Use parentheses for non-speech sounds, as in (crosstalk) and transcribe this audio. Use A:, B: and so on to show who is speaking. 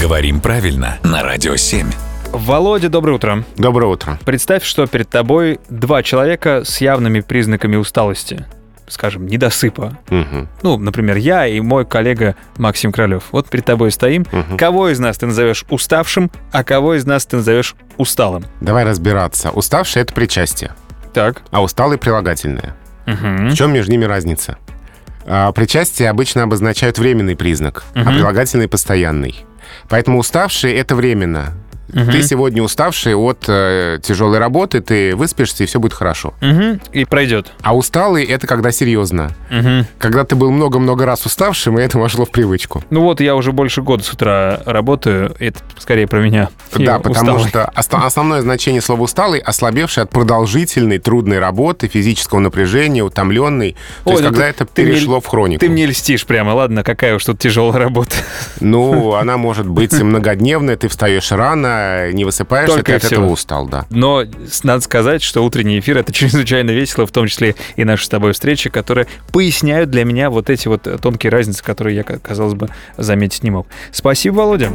A: Говорим правильно на Радио 7.
B: Володя, доброе утро.
C: Доброе утро.
B: Представь, что перед тобой два человека с явными признаками усталости. Скажем, недосыпа.
C: Мгм.
B: Ну, например, я и мой коллега Максим Королёв. Вот перед тобой стоим.
C: Мгм.
B: Кого из нас ты назовешь уставшим, а кого из нас ты назовешь усталым?
C: Давай разбираться. Уставший — это причастие,
B: Так.
C: а усталый — прилагательное.
B: Мгм.
C: В чем между ними разница? А, Причастие обычно обозначают временный признак, а
B: Мгм.
C: прилагательный — постоянный. Поэтому уставший — это временно.
B: Мгм.
C: Ты сегодня уставший от тяжелой работы, ты выспишься, и все будет хорошо.
B: Мгм. И пройдет.
C: А усталый — это когда серьезно.
B: Мгм.
C: Когда ты был много-много раз уставшим, и это вошло в привычку.
B: Ну вот, я уже больше года с утра работаю. Это скорее про меня. Я
C: да, потому
B: усталый.
C: что оста- основное значение слова «усталый» — ослабевший от продолжительной трудной работы, физического напряжения, утомленный. То
B: Ой,
C: есть
B: ну
C: когда
B: ты-
C: это
B: ты мне-
C: перешло в хронику.
B: Ты мне льстишь прямо, ладно, какая уж тут тяжелая работа. (laughs)
C: Ну, она может быть и многодневная, ты встаешь рано, не высыпаешься,
B: Только
C: ты
B: и
C: от
B: всего.
C: этого устал, да.
B: Но с- надо сказать, что утренний эфир это (laughs) чрезвычайно весело, в том числе и наши с тобой встречи, которые поясняют для меня вот эти вот э, тонкие разницы, которые я, к- казалось бы, заметить не мог. Спасибо, Володя.